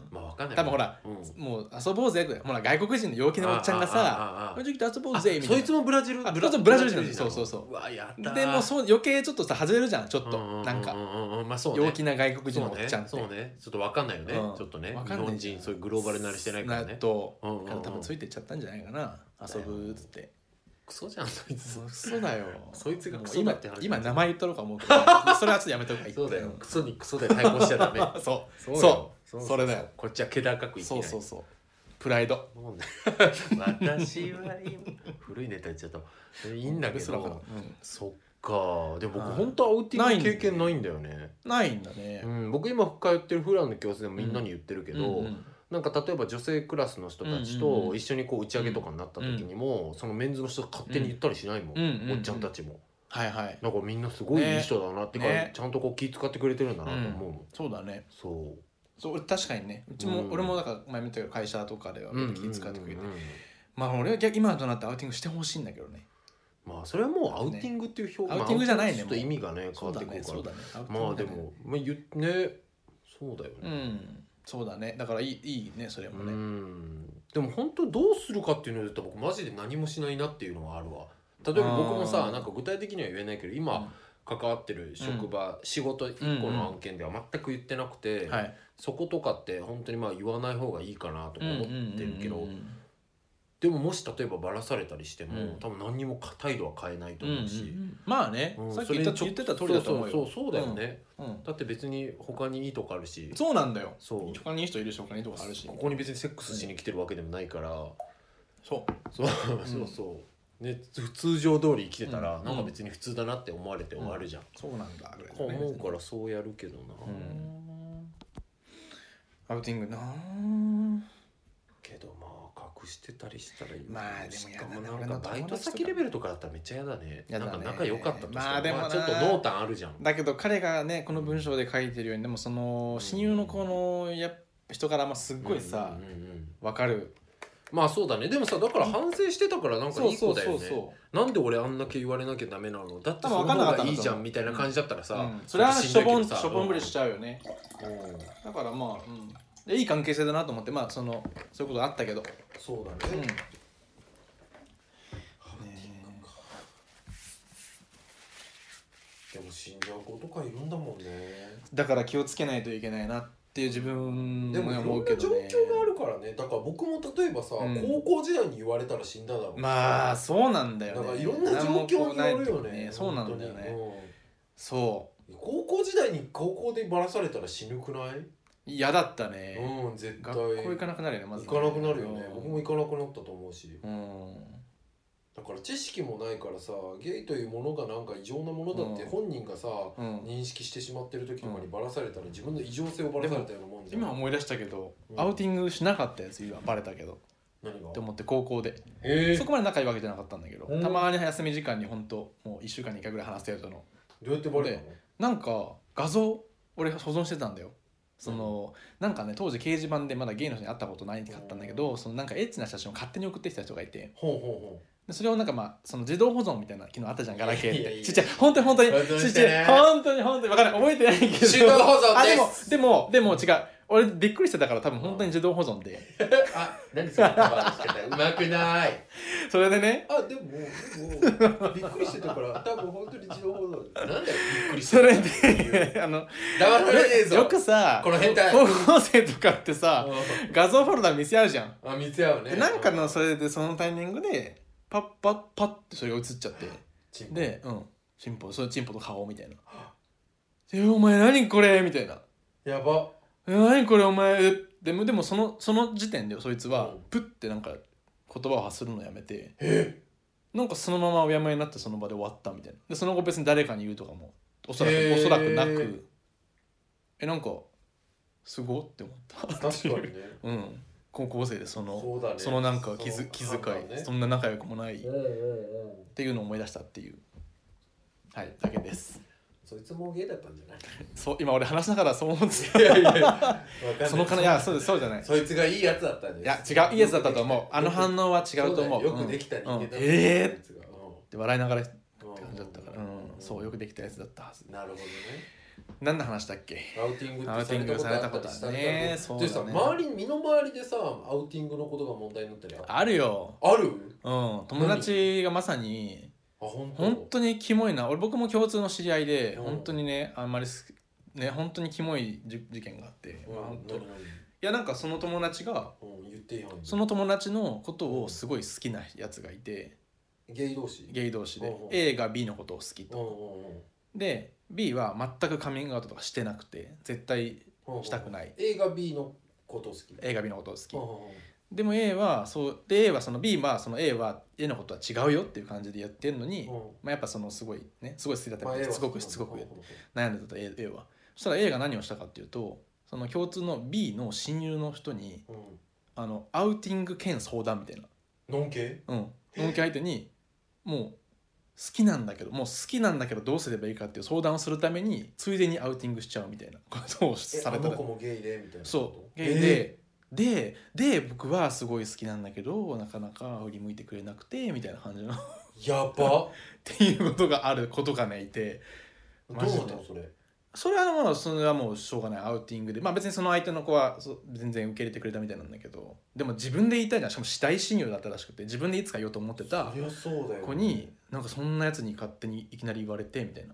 まあわかんない
多分ほら
うん
もう遊ぼうぜぐらいほら外国人の陽気なおっちゃんがさ
ああああああ
「こういう時遊ぼうぜ」みたいな
そいつもブラジル
あそうそうブラジル人そうそうそう
うわやったー
でもそう余計ちょっとさ外れるじゃんちょっと
ううう
なんか
ううんうんまあそうね
陽気な外国人のおっちゃんって
そうねそうねちょっとわかんないよね、
うん
ちょっとね
わ
日
かんない
本人そういうグローバル慣れしてないからね
と
うんうんうん
から多分ついてっちゃったんじゃないかな遊ぶっつって
クソじゃんそいつ
クソだよ
そいつが
もう
クソだって話
今今名前言ったろうか思うけどそれはちょっとやめとくから
そうだよ
ん
クソにクソで対抗しちゃダメ
*laughs* そう
そ
そう
う
それだよ
こっちは気高くいきな
そ
いう
そうそうプライド
もうね私は今古いネタ言っちゃったいいんだけ
それはだか
ど
らうん
そっかでも僕
はい
本当アウティング経験
な
ないんだよね
ないんだね
うん、僕今通ってるフランの教室でもみんなに言ってるけど、
うんうん
なんか例えば女性クラスの人たち
うんうんう
と
ん
一緒にこう打ち上げとかになった時にも、そのメンズの人が勝手に言ったりしないもん、
うんうんうんう
お
ん
っちゃんたちも
はいはい
なんかみんなすごいいい人だなってか、
ね
ちゃんとこう気遣ってくれてるんだなと思うもん、
そうだね
そう
そう俺確かにねうちも
うん
俺もだから前見たけど会社とかでは
うんうんうん
気遣ってくれて
うん
まあ俺は逆今となってアウティングしてほしいんだけどね
まあそれはもうアウティングっていう表
ねアウティングじゃないね
まあちょっと意味がね変
そ
わ
う
っ
だ
てく
ね
るから
そうだね
まあでも、まあ、言ってねそうだよ
う
ね
んそうだねだからいいいいねそれ
う
も
ん
ね、
でも本当どうするかっていうので言ったら僕マジで何もしないなっていうのはあるわ例えば僕も
あ
さ
ー
なんか具体的には言えないけど今、関わってる職場、仕事1個の案件では全く言ってなくて、
うんはい
そことかって本当にまあ言わない方がいいかなとか思ってるけど、
うんうんうんうん
でももし例えばばらされたりしても、
うん
多分何にもか態度は変えないと思うし、
まあね、
うん
さっき言った
それに
言ってた通りだと思うよ
そうそうそうそうだよね、
うんうん
だって別に他にいいとこあるし
そうなんだよ
そう
他にいい人いるし他にいいとこあるし
ここに別にセックスしに来てるわけでもないから、
そ
そうそうそう、ね、つ通常通り生きてたら、
うん
なんか別に普通だなって思われて終わるじゃん、
うそうなんだぐらい
こう
だね
思うからそうやるけどな、
うんアウティングなぁ
けどまあ隠してたりしたらいい
まあでも
し
や
か
だな
も
俺
な
の
んかバイ
友達とか
ト先レベルとかだったらめっちゃ嫌だね
やだね
なんか仲良かったとしても
まあでもな
ちょっと濃淡あるじゃん
だけど彼がねこの文章で書いてるようにでもその親友のこのやっぱ人からまあすっごいさ
うんうんうんうん
わかる
まあそうだねでもさだから反省してたからなんかいい子だよね
そ
なんで俺あんだけ言われなきゃダメなのだって
多
その
分分かんなか
方
った
が
んだと思う
いいじゃんみたいな感じだったらさ、
うんそれはしょぼ
ち
ん
ょっとし
しょぼんぶりし
し
ちゃうよね
んどいけどさうん
だからまあ、うんで、いい関係性だなと思ってまあそのそういうことあったけど
そうだ
うん
ね、でも死んじゃう子とかいるんだもんね
だから気をつけないといけないなっていう自分
でもいろ
思
ん
う
な
け
状
ど
況
ね
があるからねだから僕も例えばさ、
うん
高校時代に言われたら死んだだろう
まあそうなんだよね
だからいろんな状況によるよね
そうなんだよ
本当に
ねそ
うん高校時代に高校でバラされたら死ぬくない、
う嫌だったね
うん絶対
学校行かなくなるよねまず
行かなくなるよね僕も行かなくなったと思うし
うん
だから知識もないからさゲイというものがなんか異常なものだって
うん
本人がさ、
うん
認識してしまってる時とかにバラされたら自分の異常性をバラされたようなもんじゃん
今思い出したけど、
うん
アウティングしなかったやつ今バレたけど
何が
と思って高校で
え
そこまで仲いいわけじゃなかったんだけど、
うん
たまに休み時間に本当もう1週間に1回ぐらい話す程度の
どうやってバレたの
なんか画像俺保存してたんだよそのなんかね当時掲示板でまだ芸の人に会ったことないって買ったんだけどそのなんかエッチな写真を勝手に送ってきた人がいて
ほうほ
でそれをなんかまあその自動保存みたいな機能あったじゃんガラケー
い
っ
やいやい
て
や
ちっちゃい本当に本当に
保存
ちっ
し
ち
て
ゃい
ね
本当に本当に分からない覚えてないけど
自動保存
あで
で
も
す
でもでも違う俺びっくりしてたから多分本当に自動保
*laughs*
存で
うほうあ何それうまくない
それでね
あでももうびっくりしてたから多分本当に自動保存なんだよびっくりして
そ
た
れ
って
であの
だからねえぞ
よくさ
この変態
高校生とかってさ画像フォルダ見せ合うじゃん
あ見つ合うね
でなんかのそれでそのタイミングでパッパッパッってそれが映っちゃって
チンポ
でうんチンポそれチンポと顔みたいな「えお前何これ?」みたいな
やば
「え何これお前」でもでもそのその時点でそいつは
うん
プッてなんか言葉を発するのやめて
え
なんかそのままおやまになってその場で終わったみたいなでその後別に誰かに言うとかもおそらく
へー
おそらくなくえなんかすごって思った
確かにね
*laughs* うん高校生でその
そうだね
そのなんか気づ気遣
その判断
い
ね
そんな仲良くもない
うんうんうん
っていうのを思い出したっていうはいだけ
*laughs*
です
そいつもゲイだったんじゃない
そう今俺話しながらそう思って
いやいやわかんな
た
い
そのからいやそうですそうじゃない
そいつがいいやつだったん
い
で
や
す
違ういいやつだったと思うあの反応は違
よ
うと思う
よくできた人
人
間
間
だ
だ
った
ええーっ
そいつが
て笑いながらって
うん
感じだったからうんそうよくできたやつだったはず
なるほどね
何の話だっけ
アウティング
アウティン
って
グさ
され
れ
た
た
こ
こと
とあった
は
りしたんだろ
ねそう
でさ
だね
周り身の回りでさアウティングのことが問題になったりあ
あるよ
ある
うん友達がまさに
あ本当
本当にキモいな俺僕も共通の知り合いで
うん
本当にねあんまりすね本当にキモいじ事件があって
うん
本当い
何
やなんかその友達が
々うん言っていいよ
その友達のことをすごい好きなやつがいて
ゲイ同士
ゲイ同士で
うんうん
A が B のことを好き
う
と
んうんうん
で B は全くカミングアウトとかしてなくて絶対
うんうん
したくない
A が B のこと好き
A が B のことを好き
うんうんうん
でも A はそうで A はその B はその A は A のことは違うよっていう感じでやってんのに、
うん
まあ、やっぱそのすごいねすごい好きだった
まあ
み
A は
たいでしつこくしつこく悩んでたと A, A はそしたら A が何をしたかっていうとその共通の B の親友の人に
うんうん
あのアウティング兼相談みたいな
ノン系
うん同期相手にもう好きなんだけどもう好きなんだけどどうすればいいかっていう相談をするためについでにアウティングしちゃうみたいな *laughs* ことを
え
さ
あ
れた
の
ら
子もゲイでみたいな
そう
え
ゲイで、でで僕はすごい好きなんだけどなかなか振り向いてくれなくてみたいな感じのっ
やば
ていうことがあることがねいて
どうなったのそれ
それはもうそれはもうしょうがないアウティングでまあ別にその相手の子はそう全然受け入れてくれたみたいなんだけどでも自分で言いたいじゃんしかも死体親友だったらしくて自分でいつか言おうと思ってた
そりゃそうだよね
子になんかそんなやつに勝手にいきなり言われてみたいな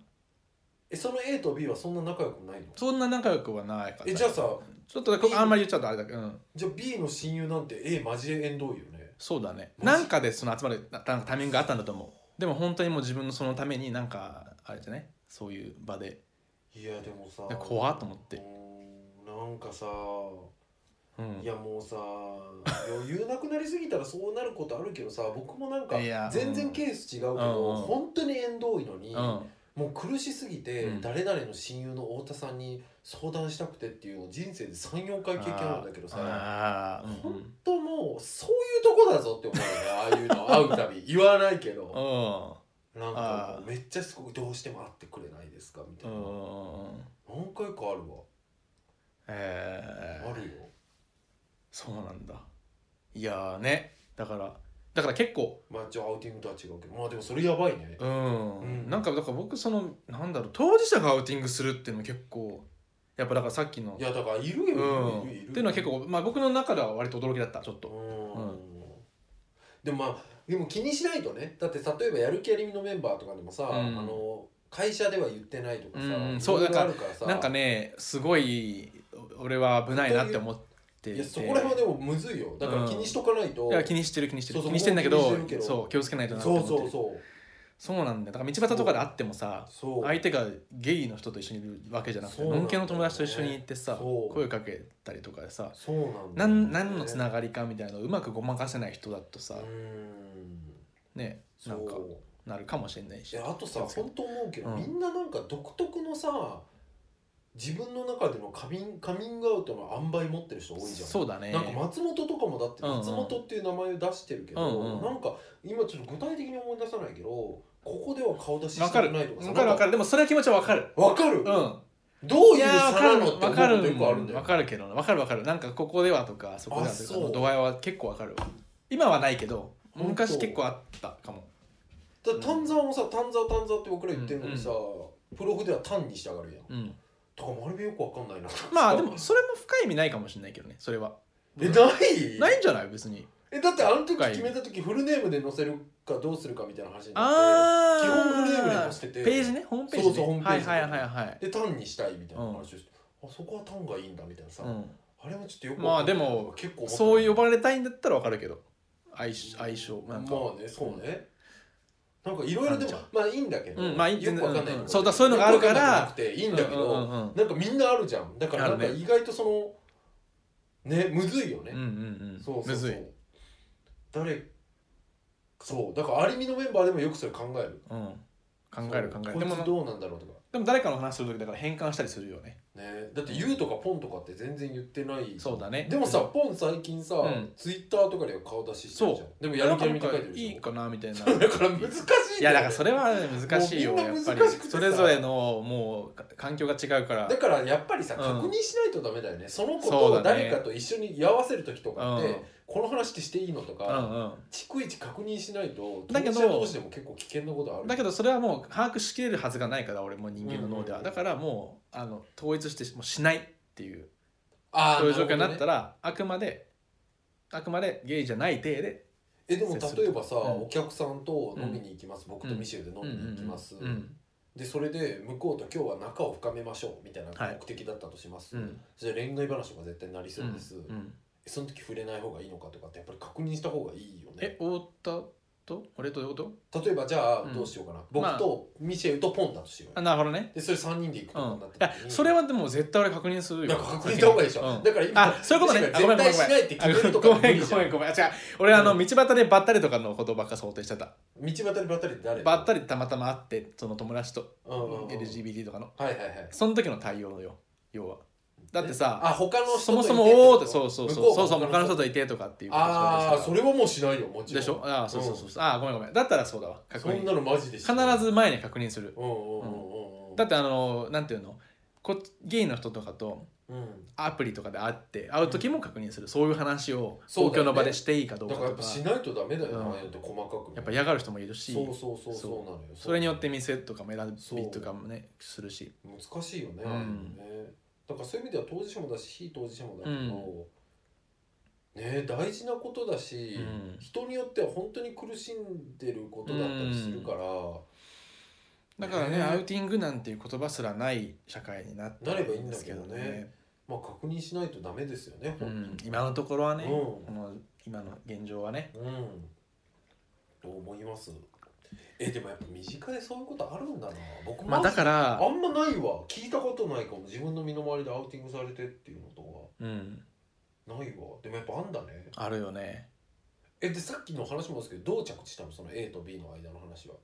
えその A と B はそんな仲良くないの
そんな仲良くはないから
えじゃあさ
ちょっとここあんまり言っちゃうとあれだけど、うん、
じゃあ B の親友なんて A マジで縁遠いよね
そうだね
マジ
なんかでその集まるななんかタイミングがあったんだと思うでも本当にもう自分のそのためになんかあれじゃないそういう場で
いやでもさ
で怖っと思って
う、ーんなんかさ
うん、
いやもうさ余裕なくなりすぎたらそうなることあるけ
*laughs*
どさ僕もなんか
いや
全然ケース違うけど、
うんうん
本当に縁遠いのに、
うん
もう苦しすぎて、
うん
誰々の親友の太田さんに相談したくてっていうのを人生で34回経験あるんだけどさ
あー
本当もうそういうとこだぞって思うよねああいうの会うたび言わないけ
う
ど
ん
なん
あ
か
ー
めっちゃすごいどうしても会ってくれないですかみた
う
いな
んう
何
んうん
回かあるわ
えー
あるよ
そうなんだいやーねだからだから結構
まあじゃあアウティングとは違うけどまあでもそれやばいね
うん、
うん
なんかだから僕そのなんだろう当事者がアウティングするっていうの結構やっぱだからさっきの
いやだからいるよ、
うん、
いるいる
っていうのは結構、まあ、僕の中では割と驚きだったちょっと、
うん
う
でもまあでも気にしないとねだって例えばやる気ありみのメンバーとかでもさ、
うん
あの会社では言ってないとかさ、
うんそう
いろいろあるからさ
なんかねすごいお俺は危ないなって思って
い
て
やそこら辺はでもむずいよだから気にしとかないと、
いや気にしてる気にしてる
そうそう
気にしてんだけど
僕も気にしてるけど
そう気をつけないとなって
そ
思
う
って
そう
そう
そう
なんだよだから道端とかで会ってもさ
そう
相手がゲイの人と一緒にいるわけじゃなくて
そうなんだ
の
よね
んけの友達と一緒に行ってさ
そう
声かけたりとかでさ
そうなんだ
な
よね、
ん何のつながりかみたいなのをうまくごまかせない人だとさ、
うん
ね
そ
なんか
う
なるかもしれないし
いやあとさ
そう
本当思うけど、
うん
みんななんか独特のさ自分の中でのカミンカミングアウトの塩梅持ってる人多いじゃん
そうだね
なんか松本とかもだって
うんうん
松本っていう名前を出してるけど、
うんうん
なんか今ちょっと具体的に思い出さないけどここでは顔出し
わ
し
か
た
る
くないとか
わかるわ
る
かるでもそれは気持ちはわかる
わかる、
うん
どう
い
いう
やー
差
わか
なの
る
って思
わ
う
か
ことよ
る
くあるんだよ
わかるけどわかるわかるなんかここではとかそこではと
あ
か
そう
の度合いは結構わかるわ今はないけど
本当
昔結構あったかも
だから丹沢もさ丹沢丹沢って僕ら言ってるのにさ、プロフでは丹にして上がるやん
うん
とかもあれもよくわかんないな
まあでもそれも深い意味ないかもしれないけどねそれは
えない
ないんじゃない別に
えだってあの時
深い
決めた時フルネームで載せるかどうするかみたいな話になっ
あ
て基本
ー
フルネームで載せてて
ページねホームページ
そうそうホー
ね
ムペ
は
ー
い
ジ
はいはいはい
で単にしたいみたいな話をして、あそこは単がいいんだみたいなさ、
うん
あれもちょっとよく
まあ
わかんない
でも
結構思った
そう呼ばれたいんだったらわかるけど相性相性
ま
な
あ
んか
ねそうね、なんかいろいろで
なんち
も
ゃう
まあいいんだけど、
うんまあいい
よくわかんないけ
うん
ど、
うんそうだそういうのがあるから
よくわんなくていいんだけど、
うんうんうん
なんかみんなあるじゃんだからなんか
あるね
意外とそのねむずいよね、
うんうんうん
そうそうそう
むずい
誰そうだからアリミのメンバーでもよくそれ考える
うん考える考えるで
で
も
も
な
どうなんだろうとか
でも誰かの話する時だから変換したりするよね
ねだって「ユうとか「ポン」とかって全然言ってない
そうだね
でもさ、ポン最近さ、
うん
ツイッターとかでは顔出ししてるじゃんでもやる気ありみって書いてるでしょ
いいかなみたいな
*laughs* だから難しいんだよね
いやだからそれは難しいよ
もう
や
みんな
っぱり
難しくてさ
それぞれのもうか環境が違うから
だからやっぱりさ
うん
確認しないとダメだよね、その子
そう
と
だね
誰かと一緒に居合わせる時とかって、
うん
この話ってしていいのとか、
うん
逐一確認しないと
だけど
当事者同士でも結構危険なことあ
う
る
んだけどそれはもう把握しきれるはずがないから俺も人間の脳では、
うん
だからもうあの統一してもうしないっていう
あー
そういう状況にな
る
った
ほどね
ら、あくまであくまでゲイじゃない体で
えでも例えばさ、
うん
お客さんと飲みに行きます、僕とミシェルで飲みに行きます、
うんうん
でそれで向こうと今日は仲を深めましょうみたいな目的だったとします、
うんうん
それで恋愛話とか絶対なりそうです、
うん
その時触れない方がいいのかとかってやっぱり確認した方がいいよね
え太田と俺とどういうこと
例えばじゃ
う
あ
ん
どうしようかな、
まあ
僕とミシェルとポンだとしようよ
あなるほどね
でそれ3人で行く
う
と
ん
かになっ
い
た
や
時に、
それはでも絶対俺確認する
な
よ
んか確認した方がいいでしょ、
うん
だから今
あそういうことね
ミ
あ
シ
ご
ェルが
めんごめん
絶対しないって決めると
ご
か無
めん
理じ
ご
ゃん
めんごめんあ違う俺あの、道端でばったりとかのことばっか想定してた
道端にばったりって誰
ばったりたまたま会ってその友達と
うんうんうん
LGBT とかの
はいはいはい
その時の対応よ要はだってさ
あ他の人といて
そもそもおーってそうそう
向
そ
こ
うそうそう他の人
と
といてとかっていうことを想
あ
定
あ
して
それはもうしないよもちろん
たでしょああそうそうそうそうあーごめんごめんだったらそうだわ確
そん
認
なのマジでしない
必ず前に確認する
うんうんうんうんうん
だってあのなんていうのこゲイの人とかと
うん
アプリとかで会って会う時も確認する、そういう話を
そう
公
だよね
共の場でしていいかどうか
だ
と
から
か
やっぱしないとダメだよな、
うん
ああいうのって細かくね
やっぱ嫌がる人もいるし
そうそうそうそう
そ
なの
う
よ
それによって店とかも選びとかもねするし
難しいよね、
うん
ああいうのねだからそういう意味では当事者もだし非当事者もだけど、ね大事なことだし、
うん
人によっては本当に苦しんでることだったりするから、
だからね、
ね
アウティングなんていう言葉すらない社会になって
なればいいんだけどねまあ確認しないとダメですよね、
う
本
ん、今のところは
当
ね、
にうん
この今の現状はね
うんと思いますえでもやっぱ身近でそういうことあるんだな僕も
まあだから
あんまないわ聞いたことないかも自分の身の回りでアウティングされてっていうのと
うん
かないわでもやっぱあんだね
あるよね
えでさっきの話もですけどどう着地したのその A と B の間の話は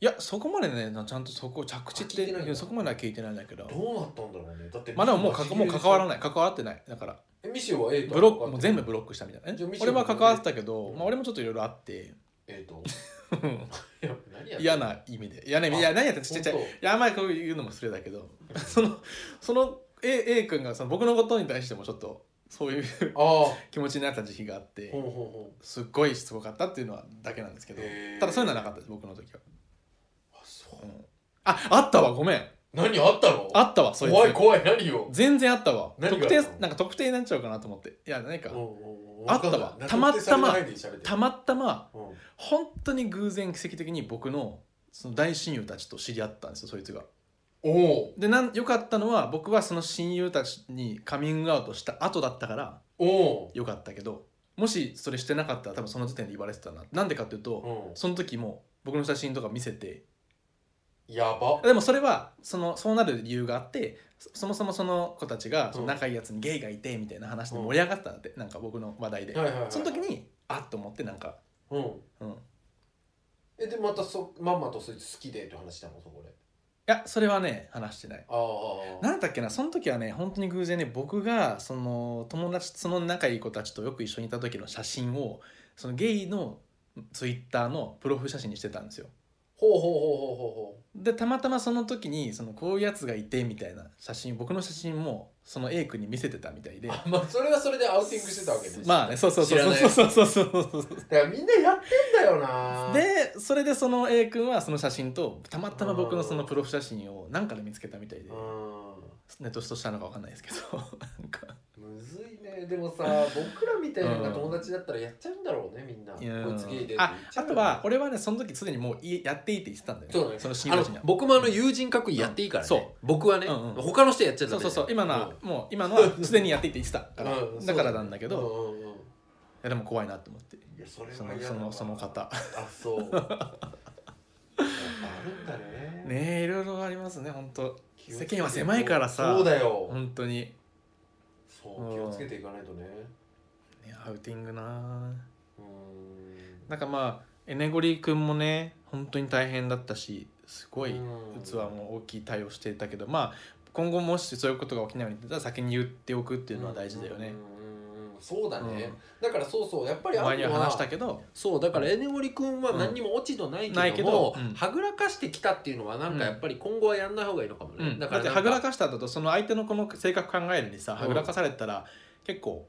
い
やそこまでねなちゃんとそこ着地っ
あ聞いてないん
て
だ
そこまでは聞いてないんだけど
どうなったんだろうねだって
まあでももうかもう関わら
い
ない関わってないだから
えミシェは A と
ブロックもう全部ブ
ロック
ロックしたみたいなね
じゃあミシェ
俺は関わってたけど、
うん
まあ、俺もちょっといろいろあって
A と *laughs*
うん
いや何やってんの
嫌な意味で嫌な意味
あ
いや何やってんのちっちゃい
本
いやあんまりこういうのも失礼だけど *laughs* そのその A, A 君がその僕のことに対してもちょっとそういう
当ああ
気持ちになった時期があって
ほんほんほん
すっごいしつこかったっていうのはだけなんですけど
へー
ただそういうのはなかったです僕の時は、
あそう
うんああったわごめん
何あったの
あったわそいつ
怖い怖い何よ
全然あったわ
何が
特定
あったの
なんか特定になっちゃうかなと思っていや何か
うんうんうん
あったわ
わかんない
たまたま
納得されないで喋って
たまたま
うん
本当に偶然奇跡的に僕のその大親友たちと知り合ったんですよそいつが
おお
でなんよかったのは僕はその親友たちにカミングアウトした後だったから
おお
よかったけどもしそれしてなかったら多分その時点で言われてたななんでかっていうと
う
その時も僕の写真とか見せて
んやば
でもそれはそのそうなる理由があってそそもそもその子たちがその仲いいやつにゲイがいてみたいな話で盛り上がったんだってなんか僕の話題で
はいはいはい
その時にあっと思ってなんか
うん
うんい
えでまたそママとそいつ好きでって話したのそこで
やそれはね話してない
ああ
なんだっけなその時はね本当に偶然ね僕がその友達その仲いい子たちとよく一緒にいた時の写真をそのゲイのツイッターのプロフィール写真にしてたんですよ
ほうほうほうほうほ
でたまたまその時にそのこういうやつがいてみたいな写真僕の写真もその A 君に見せてたみたいで
うほうあまあそれはそれでアウティングしてたわけね
まあねそうそうそう
知らない
そうそうそうそうそうそう
だからみんなやってんだよな
でそれでその A 君はその写真とたまたま僕のそのプロフィール写真を何かで見つけたみたいで
う
ネットストしたのか分かんないですけどなんか
んむずいねでもさ僕らみたいなのが友達だったらやっちゃうんだろうねみんなこ
うん
いつゲイでって言っ
あ
ち
あ
ゃうよ
と
ね
は俺はねその時すでにもういやっていいって言ってたんだよ、
そうだね
その親
あ
友
の
たちには
僕もあの友人確認やっていいからね、
そう
僕はね、
うんうん
他の人やっちゃダ
そ
メ
う
だ
そ
よ
うそう今のは、もう今のはすでにやっていいって言ってたから、
うんうん
だからなんだけどい
うんうんうん
やでも怖いなと思って
いやそれ
そ
は
の
嫌だ
そ
わ
のその方
あ
*laughs*
そうやっぱあるんだね
ねえいろいろありますね本当
気をつけ
世間は狭いからさ
そうだよ、
本当に、ね、
そう気をつけていかないとね
アウティング
うー
な
ん
なんかまあエネゴリ君もね本当に大変だったしすごい
うん
器も大きい対応していたけどまあ今後もしそういうことが起きないようになったら先に言っておくっていうのは大事だよね、
うんうんうんそうだね、
うん
だからそうそうやっぱりあるの
前には話したけど
そうだからエネオリ君は何にも落ち度ないけども,、
ないけどうん
はぐらかしてきたっていうのはなんかやっぱり今後はやんない方がいいのかもね、
うん、だ
だから
って
なん
はぐらかした後とその相手のこの性格考えるにさはぐらかされたら結構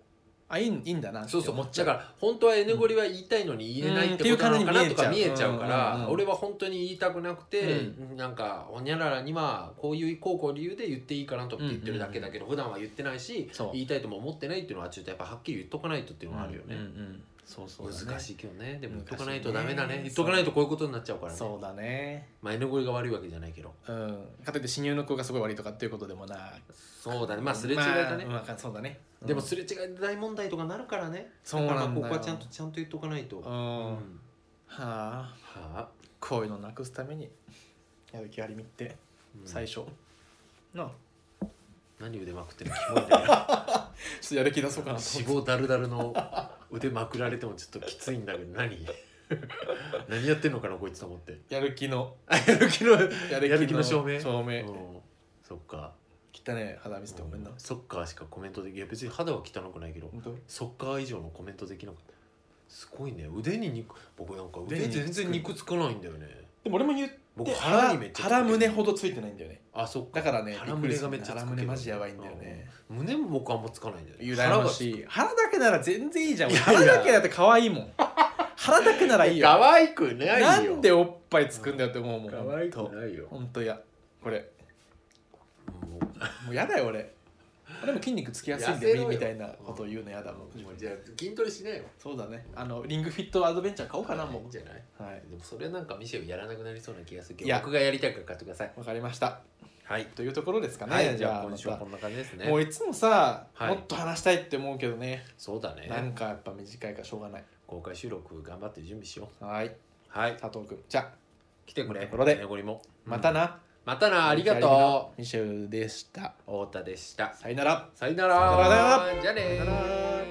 あいいんいいんだなって
そうそう
思っちゃう
だから本当はエネゴリは言いたいのに言えないって
うん
ことなのかな
うん
とか見えちゃうか
うんうん
ら
うん
俺は本当に言いたくなくて
う
なんかほにゃららにはこういうこうこう理由で言っていいかなと思って言ってるだけだけど普段は言ってないし
そう
言いたいとも思ってないっていうのはちょっとやっぱはっきり言っとかないとっていうのはあるよ
うんう
ね
んそうそうだね
難しいけどねでも言っとかな
難しいね
いとダメだね言っとかないとこういうことになっちゃうからね
そうだね
まあエネゴリが悪いわけじゃないけど
うんかといって親友の子がすごい悪いとかっていうことでもな
そうだねまあすれ違いだね
まあうんそうだね
でも
うん
すれ違いで大問題とかなるからね
そうなんだ
か
よ
らここはちゃんとちゃんと言っとかないと
う
うんは
はあ
あ
こういうのなくすためにやる気ありみって
うん
最初なあ
何腕まくってるキモいんだ
*laughs*
よ
ちょっとやる気出そうかな
脂
と思っ
肪
て
だるだるの腕まくられてもちょっときついんだけど
*laughs*
何何やってんのかなこいつと思って
やる気
*laughs*
の
あやる気のうん
や
やる気の証明
証明
そっか
汚ね肌見せてごめんな
そっかしかコメントできいや別に肌は汚くないけど
本当
そっか以上のコメントできなかったすごいね腕に肉僕なんか
腕に
腕
肉
全然肉つかないんだよね
でも俺も言っ
僕
て
腹
腹
にめっちゃ
腹胸
ほ
ほどついてないんだよね
あそっか
だからね
腹胸がめっちゃつくけど
腹胸マジやばいんだよね
うん胸も僕あんまつかないんだよね
羨ましい腹だけなら全然いいじゃん俺
いやいや
腹だけだって可愛いもん腹だけな *laughs* らいいよ
可愛くないよ
なんでおっぱいつくんだよって思うもん
可愛く
ほんと
ないよ
ほんとやこれ
もう
もうやだよ俺俺も筋肉つきやすい
痩
んだ
せろ
よ
よ
みたいなことを言うのやだもん
じゃあ筋トレしないよ
そうだねあのリングフィットアドベンチャー買おうかなも
いいんじゃないう
はい
でもそれなんかミシェルやらなくなりそうな気がするけ
い
ど
や
僕がやりたいから買ってください
わかりました
はい
というところですかね、
はい、
じ
じ
ゃ
ゃ
あ
あ
ま
今週
た
はこんな感じですね
もういつもさ、
はい
もっと話したいって思うけどね
そうだ
な
ね
んかやっぱ短いからしょうがない
公開収録頑張って準備しよ
はい
うんはい
佐藤君じゃあ
来てくれ
ところで
ねごりも
また
うん
な、
またなありがと
うミシェルでした
う太田でした
さよなら
さよな
さよな
らじゃあね
さよなら